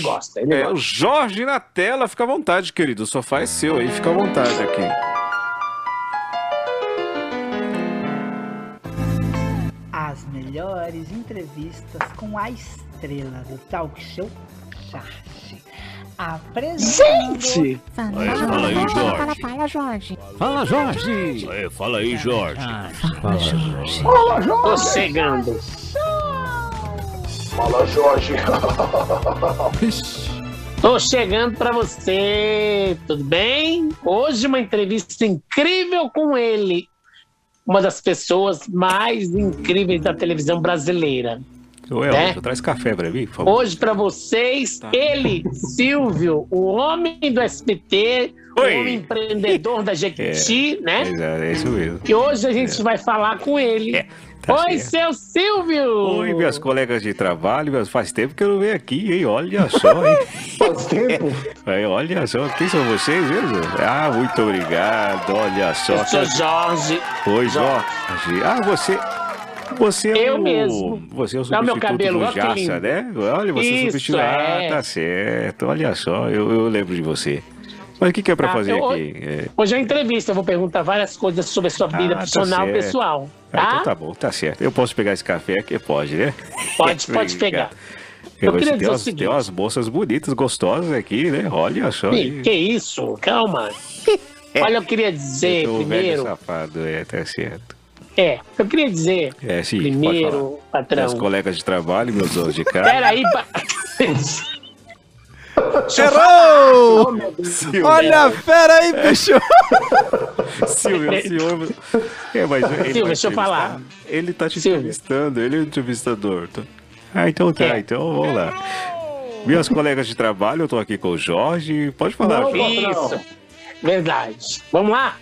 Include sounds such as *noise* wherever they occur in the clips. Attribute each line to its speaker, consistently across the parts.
Speaker 1: gosta. Ele
Speaker 2: É,
Speaker 1: gosta.
Speaker 2: o Jorge na tela, fica à vontade, querido. O sofá é seu aí, fica à vontade aqui.
Speaker 3: As melhores entrevistas com a estrela do talk show Charge. Apresentando
Speaker 1: Gente!
Speaker 4: Fala,
Speaker 5: Aí, fala aí,
Speaker 4: fala, fala,
Speaker 5: Jorge.
Speaker 4: fala, fala, Jorge.
Speaker 6: Fala, Jorge!
Speaker 5: É, fala aí, Jorge.
Speaker 6: Fala, Jorge.
Speaker 1: Tô cegando. Tô chegando pra você. Tudo bem? Hoje uma entrevista incrível com ele. Uma das pessoas mais incríveis da televisão brasileira.
Speaker 2: Ô,
Speaker 1: É?
Speaker 2: Elton, traz café pra mim, por favor.
Speaker 1: Hoje pra vocês,
Speaker 2: Tá.
Speaker 1: ele, Silvio, o homem do SPT,
Speaker 2: Oi.
Speaker 1: o homem empreendedor da Jequiti, né?
Speaker 2: Pois *laughs* é, é isso mesmo. É.
Speaker 1: E hoje a gente vai falar com ele.
Speaker 2: Tá
Speaker 1: Oi,
Speaker 2: certo.
Speaker 1: seu Silvio!
Speaker 2: Oi, minhas colegas de trabalho, mas faz tempo que eu não venho aqui, hein? Olha só, hein?
Speaker 1: *laughs*
Speaker 7: Faz tempo?
Speaker 2: É, olha só, quem são vocês mesmo? Ah, muito obrigado, olha só.
Speaker 1: Eu sou Jorge.
Speaker 2: Oi, Jorge. Ah, você. Você é
Speaker 1: Eu
Speaker 2: o,
Speaker 1: mesmo.
Speaker 2: Você é o
Speaker 1: Dá o meu
Speaker 2: substituto
Speaker 1: cabelo,
Speaker 2: do
Speaker 1: olha que
Speaker 2: Jaça,
Speaker 1: lindo.
Speaker 2: né? Olha, você
Speaker 1: Isso,
Speaker 2: substituiu.
Speaker 1: é.
Speaker 2: Ah, tá certo. Olha só, eu, eu lembro de você. Mas o que, que é pra
Speaker 1: Ah,
Speaker 2: fazer
Speaker 1: eu-
Speaker 2: aqui? É,
Speaker 1: Hoje é entrevista, eu vou perguntar várias coisas sobre a sua vida
Speaker 2: Ah, tá
Speaker 1: profissional e
Speaker 2: certo.
Speaker 1: pessoal.
Speaker 2: ah,
Speaker 1: Tá?
Speaker 2: então tá bom, tá certo. Eu posso pegar esse café aqui? Pode, né?
Speaker 1: Pode, pode pegar.
Speaker 2: Eu
Speaker 1: Eu queria
Speaker 2: tem,
Speaker 1: dizer o
Speaker 2: umas,
Speaker 1: seguinte.
Speaker 2: tem umas moças bonitas, gostosas aqui, né? Olha só.
Speaker 1: Ih,
Speaker 2: aí.
Speaker 1: que isso? Calma. Olha, eu queria dizer
Speaker 2: É. Eu sou o velho
Speaker 1: primeiro.
Speaker 2: safado, é, tá certo.
Speaker 1: É, eu queria dizer
Speaker 2: É, sim, pode falar.
Speaker 1: primeiro,
Speaker 2: Minhas
Speaker 1: patrão.
Speaker 2: colegas de trabalho, meus
Speaker 1: *laughs*
Speaker 2: donos de casa.
Speaker 1: Peraí,
Speaker 2: *laughs*
Speaker 1: pa...
Speaker 6: Errou!
Speaker 2: Silvio.
Speaker 6: Oh, Olha a fera aí, bicho!
Speaker 2: *laughs* Silvio, o senhor. É, mas ele vai
Speaker 1: Silvio, deixa eu
Speaker 2: entrevistar.
Speaker 1: falar.
Speaker 2: Ele tá te
Speaker 1: Silvio.
Speaker 2: entrevistando, ele é o entrevistador. tá? Ah, então tá,
Speaker 1: É.
Speaker 2: então vamos lá. Minhas colegas de trabalho, eu tô aqui com o Jorge. Pode falar,
Speaker 7: Não,
Speaker 2: Jorge.
Speaker 1: Isso. Verdade. Vamos lá?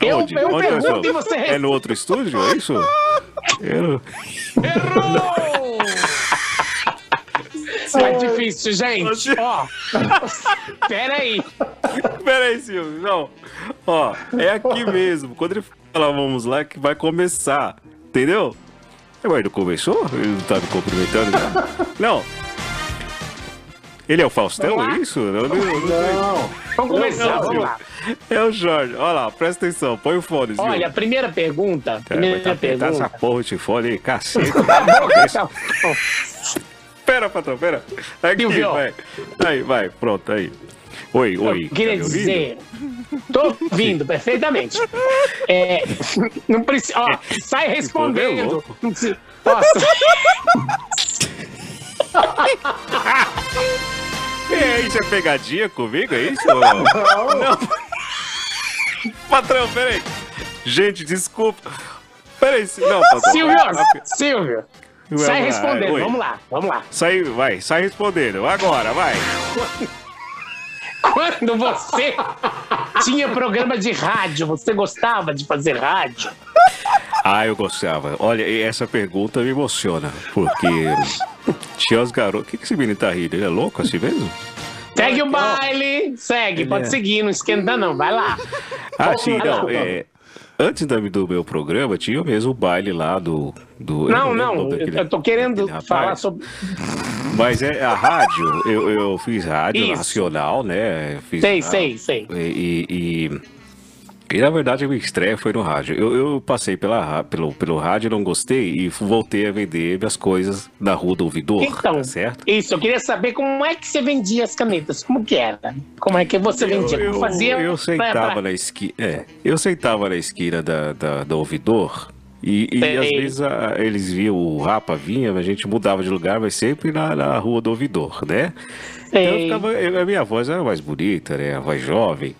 Speaker 1: Eu,
Speaker 2: Onde?
Speaker 1: eu
Speaker 2: Onde nós
Speaker 1: pergunto e
Speaker 2: estamos?
Speaker 1: você
Speaker 2: É no outro estúdio, é isso? Eu...
Speaker 1: responde. É difícil, gente. Ó. Peraí.
Speaker 2: *laughs* Pera aí, Silvio. Não. Ó, é aqui mesmo. Quando ele falar vamos lá, que vai começar. Entendeu? É, Mas não começou? Ele não tá me cumprimentando já?
Speaker 1: *laughs*
Speaker 2: Não. Ele é o Faustão, é isso? Eu não- eu não sei.
Speaker 7: Não.
Speaker 1: Vamos começar,
Speaker 2: Não,
Speaker 1: vamos lá.
Speaker 2: É o Jorge. Olha lá, presta atenção. Põe o fone, Silvio.
Speaker 1: Olha, a primeira pergunta.
Speaker 2: Cara, vai
Speaker 1: Primeira
Speaker 2: tá apertar
Speaker 1: pergunta.
Speaker 2: essa porra de fone aí, cacete.
Speaker 1: *laughs* Tá bom.
Speaker 2: pera, patrão, pera. Aqui,
Speaker 1: Silvio.
Speaker 2: vai. Aí, vai, pronto, aí. Oi, oi.
Speaker 1: Eu queria
Speaker 2: tá me ouvindo?
Speaker 1: dizer. Tô ouvindo perfeitamente. É, *laughs* não precisa. Ó, sai
Speaker 2: Ficou
Speaker 1: respondendo.
Speaker 2: tá louco.
Speaker 1: Não precisa. Nossa,
Speaker 2: É isso, é pegadinha comigo, é isso? Não. Patrão, peraí. Gente, desculpa. Peraí, se- não, patrão.
Speaker 1: Silvio,
Speaker 2: Vai,
Speaker 1: Silvio,
Speaker 2: vai,
Speaker 1: sai
Speaker 2: vai,
Speaker 1: respondendo.
Speaker 2: oi.
Speaker 1: Vamos lá, vamos lá.
Speaker 2: Sai, vai, sai respondendo. Agora, vai.
Speaker 1: Quando você tinha programa de rádio, você gostava de fazer rádio?
Speaker 2: Ah, eu gostava. Olha, e essa pergunta me emociona, porque tinha os garotos. O que, que esse menino tá rindo? Ele é louco assim mesmo?
Speaker 1: Segue o baile, segue,
Speaker 2: é.
Speaker 1: pode seguir, não esquenta não, vai lá.
Speaker 2: Ah, sim, não. é, antes da- do meu programa, tinha mesmo o baile lá do. do eu
Speaker 1: Não,
Speaker 2: lembro o
Speaker 1: não,
Speaker 2: nome daquele-
Speaker 1: eu tô querendo
Speaker 2: daquele rapaz.
Speaker 1: falar sobre.
Speaker 2: Mas é a rádio, eu, eu fiz rádio
Speaker 1: Isso.
Speaker 2: nacional, né? Fiz
Speaker 1: Sei,
Speaker 2: na-
Speaker 1: sei, sei.
Speaker 2: E, e, e- e, na verdade a minha estreia foi no rádio. Eu, eu passei pela, ra- pelo, pelo rádio, não gostei e fu- voltei a vender minhas coisas na rua do ouvidor,
Speaker 1: Então,
Speaker 2: tá certo?
Speaker 1: isso, eu queria saber como é que você vendia as canetas, como que era? Como é que você vendia?
Speaker 2: eu,
Speaker 1: fazia
Speaker 2: eu sentava
Speaker 1: pra- pra-
Speaker 2: na esquina. É, eu sentava na esquina da, da, do ouvidor. E, e
Speaker 1: Sei.
Speaker 2: às vezes a- eles viam o Rapa vinha, a gente mudava de lugar, mas sempre na, na rua do ouvidor, né? Então eu
Speaker 1: Sei.
Speaker 2: ficava- eu- a minha voz era mais bonita, né? A voz jovem.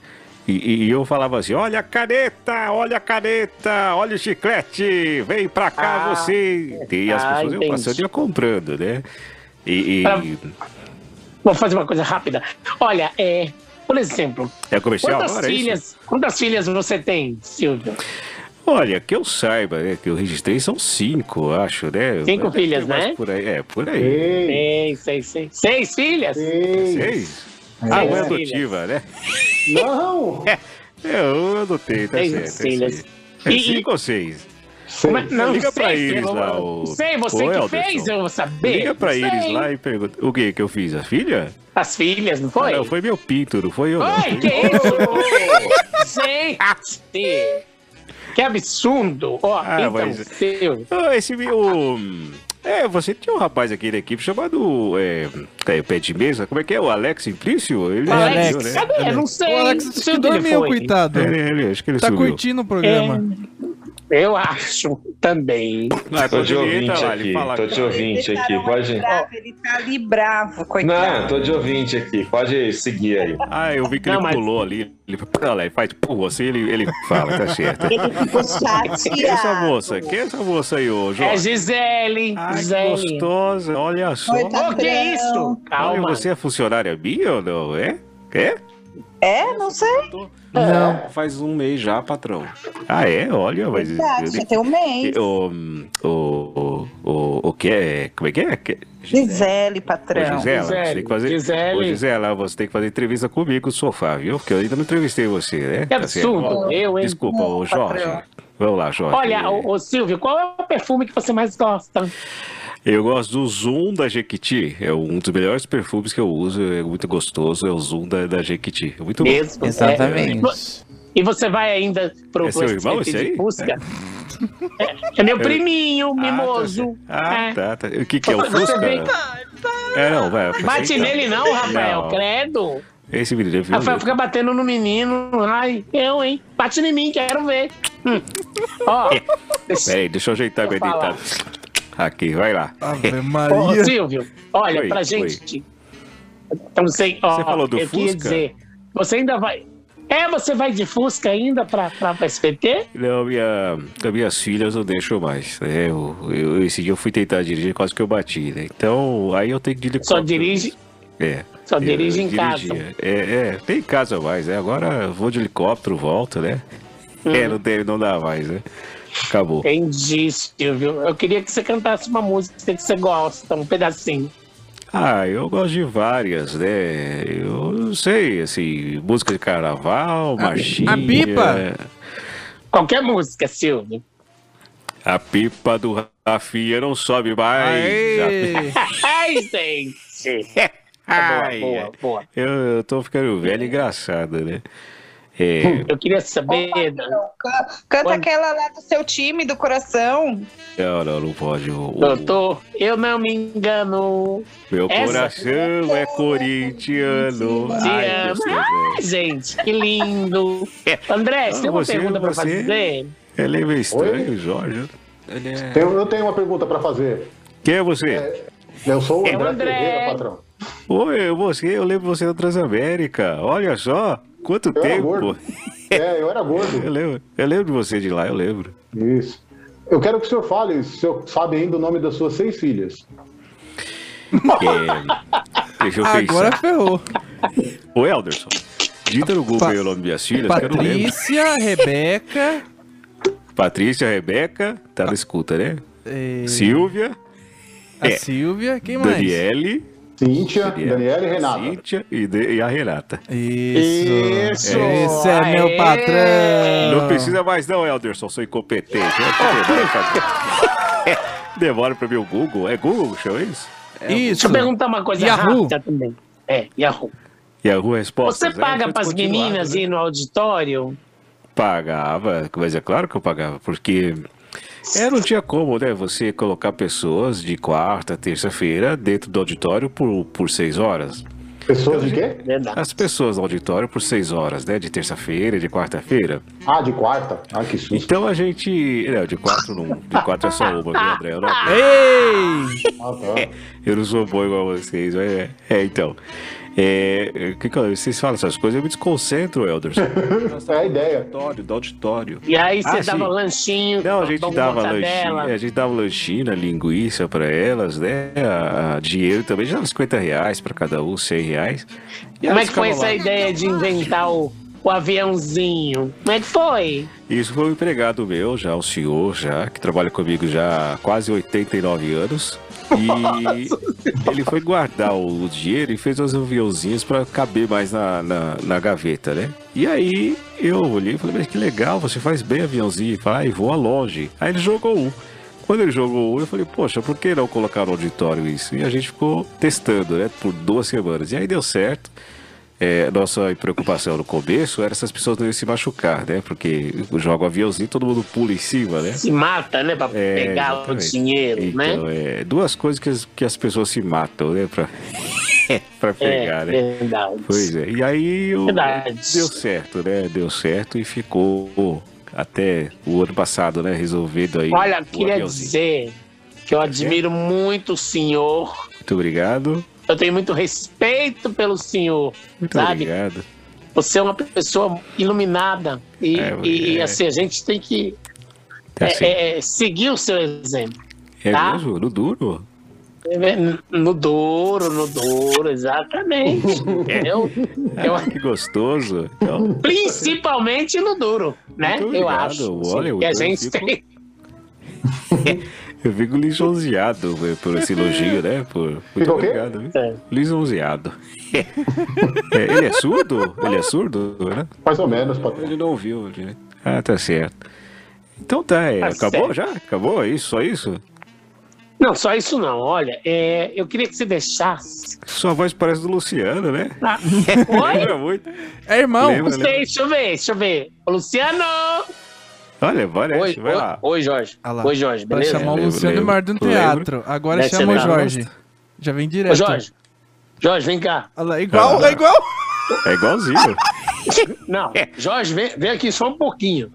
Speaker 2: E, e- e eu falava assim: olha a caneta, olha a caneta, olha o chiclete, vem pra cá
Speaker 1: Ah,
Speaker 2: você. E as
Speaker 1: ah,
Speaker 2: pessoas iam
Speaker 1: entendi.
Speaker 2: passando e iam comprando, né? E, e-
Speaker 1: Pra- Vou fazer uma coisa rápida. Olha, é, por exemplo,
Speaker 2: é comercial
Speaker 1: quantas
Speaker 2: agora? é isso?
Speaker 1: filhas, quantas filhas você tem, Silvio?
Speaker 2: Olha, que eu saiba, né? Que eu registrei são cinco, eu acho, né?
Speaker 1: Cinco
Speaker 2: Mas-
Speaker 1: filhas,
Speaker 2: mas
Speaker 1: né?
Speaker 2: Por aí, é, por aí.
Speaker 7: Ei,
Speaker 1: Seis, seis, seis. Seis filhas?
Speaker 7: ei.
Speaker 2: Seis? Ah, uma
Speaker 1: Seis
Speaker 2: é adotiva, né?
Speaker 7: Não.
Speaker 2: *laughs* É, eu adotei, tá
Speaker 1: Seis
Speaker 2: certo. é isso
Speaker 1: filhas.
Speaker 2: aí. É
Speaker 1: E-
Speaker 2: cinco ou seis?
Speaker 1: Como é- Não,
Speaker 2: Liga
Speaker 1: sei,
Speaker 2: pra eles
Speaker 1: eu-
Speaker 2: lá,
Speaker 1: Não
Speaker 2: o-
Speaker 1: sei, você
Speaker 2: Ô,
Speaker 1: que
Speaker 2: Elderson,
Speaker 1: fez, eu vou saber.
Speaker 2: Liga pra
Speaker 1: Não
Speaker 2: eles
Speaker 1: sei.
Speaker 2: lá e pergunta. O que que eu fiz? A filha?
Speaker 1: As filhas, não foi?
Speaker 2: Ah, Não, foi meu pinto, não foi eu. não.
Speaker 1: Oi, que isso? Gente! Que absurdo! Ó,
Speaker 2: Ah,
Speaker 1: então,
Speaker 2: mas-
Speaker 1: seu.
Speaker 2: Ah, Esse meu. É, você tinha um rapaz aqui da equipe chamado. É, é, pé de mesa? Como é que é? O Alex Implício? Ele
Speaker 1: Alex,
Speaker 2: sumiu, né?
Speaker 1: cadê? Eu não sei.
Speaker 6: O Alex
Speaker 1: não
Speaker 6: disse
Speaker 1: sei
Speaker 6: que
Speaker 1: onde ele
Speaker 6: dormiu,
Speaker 1: foi.
Speaker 6: coitado.
Speaker 2: Ele, ele- é, acho que ele
Speaker 6: Tá
Speaker 2: sumiu.
Speaker 6: curtindo o programa.
Speaker 1: Eu acho também.
Speaker 2: Ah,
Speaker 4: Tô
Speaker 2: quando
Speaker 4: de
Speaker 2: ele
Speaker 4: ouvinte
Speaker 2: entra lá,
Speaker 4: aqui.
Speaker 2: ele fala tá-
Speaker 4: Tô de ouvinte aqui. Pode.
Speaker 5: Ele tá ali bravo, coitado.
Speaker 4: Não, tô de ouvinte aqui. Pode seguir aí.
Speaker 2: Ah, eu vi que
Speaker 1: Não,
Speaker 2: ele
Speaker 1: mas-
Speaker 2: pulou ali. Ele fala lá e faz pô, assim, ele, ele fala, tá certo.
Speaker 5: Ele
Speaker 2: *laughs*
Speaker 5: ficou
Speaker 2: Quem é essa
Speaker 5: chateado.
Speaker 2: moça? Quem é essa moça aí, ô
Speaker 1: É
Speaker 2: Jorge?
Speaker 1: Gisele.
Speaker 2: Ai, que
Speaker 1: Gisele.
Speaker 2: gostosa, olha só.
Speaker 5: Oi, tá-
Speaker 1: Ô, que é isso?
Speaker 2: Olha,
Speaker 1: Calma.
Speaker 2: você é funcionária minha ou não? É? É?
Speaker 5: É, não sei.
Speaker 6: Não.
Speaker 2: Faz um mês já, patrão. Ah, é? Olha, mas.
Speaker 5: Verdade, já tem um mês.
Speaker 2: O, o, o, o, o que é? Como é que é? Que-
Speaker 5: Gisele,
Speaker 2: Ô,
Speaker 5: patrão.
Speaker 2: Gisela, você
Speaker 1: Gisele,
Speaker 2: tem que fazer. é
Speaker 1: Gisele.
Speaker 2: Ô, Gisela, você tem que fazer entrevista comigo no sofá, viu? Porque eu ainda não entrevistei você, né?
Speaker 1: Que
Speaker 2: Tá certo?
Speaker 1: absurdo, eu, hein?
Speaker 2: Desculpa, ô Jorge.
Speaker 5: patrão.
Speaker 2: Vamos lá, Jorge.
Speaker 1: Olha, ô, ô, Silvio, qual é o perfume que você mais gosta?
Speaker 2: Eu gosto do Zoom da Jequiti. É um dos melhores perfumes que eu uso. É muito gostoso. É o Zoom da, da Jequiti. É Muito bom.
Speaker 1: Mesmo.
Speaker 6: Exatamente.
Speaker 1: É. E você vai ainda pro
Speaker 2: É seu
Speaker 1: pro-
Speaker 2: irmão esse aí? *laughs*
Speaker 1: Fusca? É, é meu priminho, mimoso.
Speaker 2: Ah, tá,
Speaker 1: É.
Speaker 2: certo. Ah, tá, tá. O que, que é o
Speaker 1: Você
Speaker 2: Fusca?
Speaker 1: vem-
Speaker 2: É, não, vai. eu pensei
Speaker 1: Bate
Speaker 2: que-
Speaker 1: nele não, Rafael,
Speaker 2: Não.
Speaker 1: credo.
Speaker 2: Esse menino é
Speaker 1: Rafael
Speaker 2: violento.
Speaker 1: fica batendo no menino. Ai, eu, hein? Bate em mim, quero ver. Hum. Ó,
Speaker 2: É
Speaker 1: deixa-
Speaker 2: Peraí, deixa eu ajeitar meu
Speaker 1: Deixa eu
Speaker 2: ditado. Aqui, vai lá.
Speaker 6: Ave
Speaker 1: Ô,
Speaker 6: Maria.
Speaker 1: Silvio, olha,
Speaker 2: Oi,
Speaker 1: pra
Speaker 2: oi.
Speaker 1: gente. Então, sei, ó,
Speaker 2: Você falou do
Speaker 1: eu queria
Speaker 2: Fusca?
Speaker 1: dizer, você ainda vai. É, você vai de Fusca ainda pra, pra, pra SPT?
Speaker 2: Não, minha, as minhas filhas não deixam mais. Né? Eu, eu- esse dia eu fui tentar dirigir, quase que eu bati, né? Então, aí eu tenho que dirigir.
Speaker 1: Só dirige,
Speaker 2: É.
Speaker 1: só
Speaker 2: eu
Speaker 1: dirige em
Speaker 2: dirigia.
Speaker 1: casa.
Speaker 2: É, é, tem em casa mais, né? Agora eu vou de helicóptero, volto, né?
Speaker 1: Hum.
Speaker 2: É, não, tem, não dá mais, né? Acabou.
Speaker 1: Entendi, Silvio. Eu queria que você cantasse uma música que você gosta, um pedacinho.
Speaker 2: Ah, eu gosto de várias, né? Eu não sei, assim, música de carnaval, marchinha.
Speaker 6: a pipa?
Speaker 1: Qualquer música, Silvio.
Speaker 2: A pipa do Rafinha não sobe mais.
Speaker 6: Aê.
Speaker 1: Ai, gente! Tá
Speaker 2: A pi-
Speaker 1: boa, boa, boa.
Speaker 2: Eu, eu tô ficando velho e engraçado, né?
Speaker 6: Hum.
Speaker 2: É,
Speaker 1: Eu queria saber.
Speaker 5: Não, can- Canta
Speaker 1: Quando-
Speaker 5: aquela lá do seu time, do coração.
Speaker 2: não, não, não pode. O, o-
Speaker 1: Doutor, eu não me engano.
Speaker 2: meu
Speaker 1: essa-
Speaker 2: coração é corintiano.
Speaker 5: Te
Speaker 2: Ai, É.
Speaker 1: amo.
Speaker 2: gostei, velho.
Speaker 1: Ai, Ah, gente, que lindo. André, você tem uma
Speaker 2: Você-
Speaker 1: pergunta pra
Speaker 2: você-
Speaker 1: fazer?
Speaker 2: Ele é meio estranho, Jorge. Ele é-
Speaker 7: Eu, eu tenho uma pergunta para fazer.
Speaker 2: Quem é você?
Speaker 7: Eu sou o
Speaker 1: É o
Speaker 7: André,
Speaker 1: André.
Speaker 7: Ferreira, patrão.
Speaker 2: Oi, você, eu lembro você da Transamérica. Olha só, quanto
Speaker 7: Eu era
Speaker 2: tempo.
Speaker 7: gordo. É, eu era
Speaker 2: Eu
Speaker 7: gordo.
Speaker 2: lembro, eu lembro de você de lá, eu lembro.
Speaker 7: Isso. Eu quero que o senhor fale, se o senhor sabe ainda o nome das suas seis filhas.
Speaker 2: É, Deixa eu pensar.
Speaker 6: Agora ferrou.
Speaker 2: Ô, Elderson, digita no Google
Speaker 6: Pa-
Speaker 2: aí o nome das minhas filhas, que eu não lembro. *laughs*
Speaker 6: Patrícia, Rebeca.
Speaker 2: Patrícia, Rebeca, tá na escuta, né?
Speaker 6: eh,
Speaker 2: Silvia,
Speaker 6: a
Speaker 2: é.
Speaker 6: Silvia. Quem mais?
Speaker 2: Daniele,
Speaker 7: Cíntia, Daniela e Renata.
Speaker 2: Cíntia e, de- e a Renata.
Speaker 6: Isso.
Speaker 1: Isso.
Speaker 6: Esse é
Speaker 1: Aê.
Speaker 6: meu patrão.
Speaker 2: Não precisa mais não, Elderson, sou incompetente. Eu demoro pra- *laughs* É, Demora pra ver o Google. É Google que chama isso?
Speaker 1: Deixa
Speaker 6: É Isso.
Speaker 1: eu perguntar uma coisa
Speaker 6: Yahoo.
Speaker 1: rápida também. É, Yahoo.
Speaker 2: E a rua é, resposta.
Speaker 1: Você paga pras
Speaker 2: né?
Speaker 1: meninas ir no auditório?
Speaker 2: Pagava, mas é claro que eu pagava, porque é, não tinha como, né? Você colocar pessoas de quarta, terça-feira dentro do auditório por, por seis horas.
Speaker 7: Pessoas de quê?
Speaker 1: Verdade.
Speaker 2: As pessoas no auditório por seis horas, né? De terça-feira, de quarta-feira.
Speaker 7: Ah, de quarta. Ah,
Speaker 2: *laughs*
Speaker 7: que susto.
Speaker 2: Então a gente. Não, de quatro não. De quatro é só uma, viu, André? Eu não,
Speaker 6: Ei!
Speaker 7: Ah, tá.
Speaker 2: eu não sou bom igual vocês, mas é. É, então. É, que que eu- vocês falam essas coisas, eu me desconcentro, Elderson.
Speaker 7: É a ideia.
Speaker 2: auditório, do auditório.
Speaker 1: E aí você
Speaker 2: Ah,
Speaker 1: dava
Speaker 2: sim.
Speaker 1: lanchinho,
Speaker 2: Não, a gente
Speaker 1: pão com
Speaker 2: dava é.
Speaker 1: mortadela.
Speaker 2: lanchinha, a gente dava lanchina, linguiça pra elas, né? A- a dinheiro também, já dava 50 reais pra cada um, 100 reais. E
Speaker 1: Como é
Speaker 2: elas
Speaker 1: que foi
Speaker 2: ficavam
Speaker 1: essa
Speaker 2: lá.
Speaker 1: ideia de inventar o, o aviãozinho? Como é que foi?
Speaker 2: Isso foi um empregado meu, já um senhor já, que trabalha comigo já há quase 89 anos. E ele foi guardar o dinheiro e fez uns aviãozinhos pra caber mais na, na, na gaveta, né? E aí eu olhei e falei, mas que legal, você faz bem aviãozinho. Ele falou, ah, e voa longe. Aí ele jogou um. Quando ele jogou um, eu falei, poxa, por que não colocar no auditório isso? E a gente ficou testando, né? Por duas semanas. E aí deu certo. É, nossa preocupação no começo era essas pessoas não iam se machucar, né? Porque joga o aviãozinho, todo mundo pula em cima, né?
Speaker 1: Se mata, né? Pra
Speaker 2: É,
Speaker 1: pegar o
Speaker 2: exatamente.
Speaker 1: dinheiro, né?
Speaker 2: Então, é, duas coisas que as, que as pessoas se matam, né? Pra, *laughs*
Speaker 1: É,
Speaker 2: pra pegar, né?
Speaker 1: verdade.
Speaker 2: Pois é. E aí eu-
Speaker 1: Verdade.
Speaker 2: deu certo, né? Deu certo e ficou até o ano passado, né? Resolvido aí.
Speaker 1: Olha,
Speaker 2: o
Speaker 1: queria
Speaker 2: aviãozinho.
Speaker 1: dizer que eu admiro muito o senhor.
Speaker 2: Muito obrigado.
Speaker 1: Eu tenho muito respeito pelo senhor.
Speaker 2: Muito
Speaker 1: Sabe?
Speaker 2: obrigado.
Speaker 1: Você é uma pessoa iluminada. E,
Speaker 2: É,
Speaker 1: e,
Speaker 2: é.
Speaker 1: assim, a gente tem que
Speaker 2: Tá
Speaker 1: é,
Speaker 2: assim.
Speaker 1: é, é, seguir o seu exemplo.
Speaker 2: É
Speaker 1: tá?
Speaker 2: mesmo? No duro?
Speaker 1: No duro, no duro,
Speaker 2: *laughs*
Speaker 1: exatamente.
Speaker 2: É.
Speaker 1: Entendeu? Eu-
Speaker 2: Ah, que gostoso. Então,
Speaker 1: principalmente no duro, né?
Speaker 2: Muito
Speaker 1: Eu
Speaker 2: obrigado.
Speaker 1: acho. assim,
Speaker 2: Olha, eu-
Speaker 1: que a
Speaker 2: eu
Speaker 1: gente
Speaker 2: fico-
Speaker 1: tem.
Speaker 2: eu fico lisonjeado né, por esse elogio, né? Por... Muito
Speaker 7: Ficou o quê?
Speaker 2: obrigado. viu? Lisonjeado. *laughs* É, ele é surdo? Ele é surdo, né?
Speaker 7: Mais ou menos, patrão.
Speaker 2: Ele não ouviu direito. Ah, tá certo. Então tá, é,
Speaker 1: Tá certo.
Speaker 2: acabou já? Acabou? É isso? Só isso?
Speaker 1: Não, só isso não. Olha, é, eu queria que você deixasse.
Speaker 2: Sua voz parece do Luciano, né?
Speaker 1: Ah, Oi?
Speaker 2: Lembra muito.
Speaker 6: É irmão.
Speaker 1: Não
Speaker 2: Lembra,
Speaker 1: sei,
Speaker 2: lembra.
Speaker 1: deixa eu ver, deixa eu ver. Ô, Luciano!
Speaker 2: Olha, parece,
Speaker 8: Oi,
Speaker 2: vai
Speaker 8: oi,
Speaker 2: lá.
Speaker 8: oi, Jorge.
Speaker 6: Ah lá.
Speaker 8: Oi, Jorge,
Speaker 6: Vai
Speaker 8: beleza?
Speaker 6: chamar o
Speaker 2: Lembro,
Speaker 6: Luciano
Speaker 2: lembro.
Speaker 6: Mar do teatro. Agora
Speaker 1: Deve ser
Speaker 6: chama o
Speaker 1: legal.
Speaker 6: Jorge. Já vem direto.
Speaker 1: Ô, Jorge. Jorge, vem cá.
Speaker 6: Olha lá, igual,
Speaker 2: Ah.
Speaker 6: é igual.
Speaker 2: É igualzinho.
Speaker 1: Não,
Speaker 2: É.
Speaker 1: Jorge, vem, vem aqui só um pouquinho.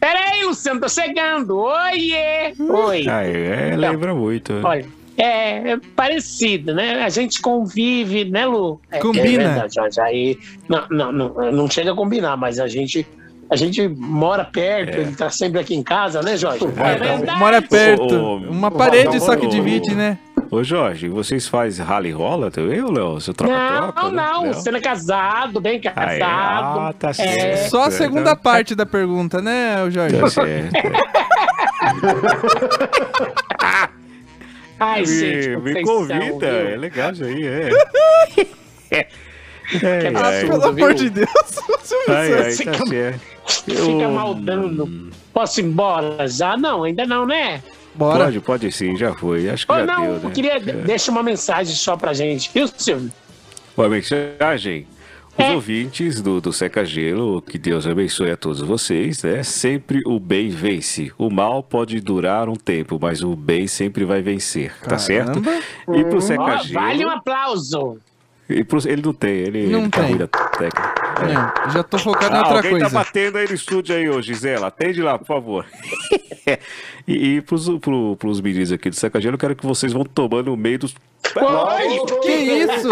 Speaker 1: Peraí, Luciano, tô chegando. Oiê! Oi.
Speaker 2: Ah, é, é, lembra muito.
Speaker 1: Olha, é, é parecido, né? A gente convive, né, Lu? É,
Speaker 6: Combina.
Speaker 1: É verdade, Jorge. Aí, não, não, não, não chega a combinar, mas a gente, a gente mora perto, ele tá sempre aqui em casa, né, Jorge?
Speaker 2: É. Vai, tá.
Speaker 6: Mora perto.
Speaker 2: Ô, ô,
Speaker 6: Uma
Speaker 7: ô,
Speaker 6: parede
Speaker 7: ô,
Speaker 6: só que
Speaker 2: ô,
Speaker 6: divide,
Speaker 2: ô.
Speaker 6: né?
Speaker 2: Ô Jorge, vocês fazem rally rola também, ou não? Você
Speaker 1: Não,
Speaker 2: troca-troca?
Speaker 1: não,
Speaker 2: né?
Speaker 1: não. Você não é casado, bem
Speaker 2: Ah, é? Ah,
Speaker 1: casado.
Speaker 2: tá certo.
Speaker 6: Só a
Speaker 2: né?
Speaker 6: segunda parte da pergunta, né, ô Jorge?
Speaker 1: *laughs*
Speaker 2: Tá certo.
Speaker 1: Ai,
Speaker 2: me,
Speaker 1: gente,
Speaker 2: me
Speaker 1: vocês são,
Speaker 2: convida,
Speaker 1: viu?
Speaker 2: é legal isso aí, é. é,
Speaker 1: *laughs* Quer
Speaker 6: Ah,
Speaker 1: É,
Speaker 6: pelo
Speaker 1: tudo, viu?
Speaker 6: amor de Deus. *laughs* é um Silvio
Speaker 2: Ai,
Speaker 6: Santos.
Speaker 2: ai, tá
Speaker 1: Fica-
Speaker 2: certo.
Speaker 1: Fica maldando. Posso ir embora já? Não, ainda não, né?
Speaker 6: Bora.
Speaker 2: Pode, pode sim, já foi. Acho que
Speaker 1: Ou
Speaker 2: já
Speaker 1: não,
Speaker 2: deu,
Speaker 1: eu
Speaker 2: né?
Speaker 1: queria. Deixa uma mensagem só pra gente, viu, Silvio?
Speaker 2: Uma mensagem. Os
Speaker 1: É.
Speaker 2: ouvintes do, do Seca Gelo, que Deus abençoe a todos vocês, né? Sempre o bem vence. O mal pode durar um tempo, mas o bem sempre vai vencer, tá certo?
Speaker 6: Caramba.
Speaker 2: E pro Seca
Speaker 1: Ó,
Speaker 2: Gelo.
Speaker 1: vale um aplauso.
Speaker 2: e pro- ele não tem, ele,
Speaker 6: Não
Speaker 2: ele tá
Speaker 6: tem.
Speaker 2: ruim da técnica. É.
Speaker 6: Não, já tô focado em
Speaker 2: Ah,
Speaker 6: outra
Speaker 2: alguém tá
Speaker 6: coisa.
Speaker 2: batendo aí no estúdio aí, ô Gisela. Atende lá, por favor. *laughs* e e pros, pro, pros meninos aqui do Seca Gelo, eu quero que vocês vão tomando o meio dos.
Speaker 7: Ai,
Speaker 6: Que isso?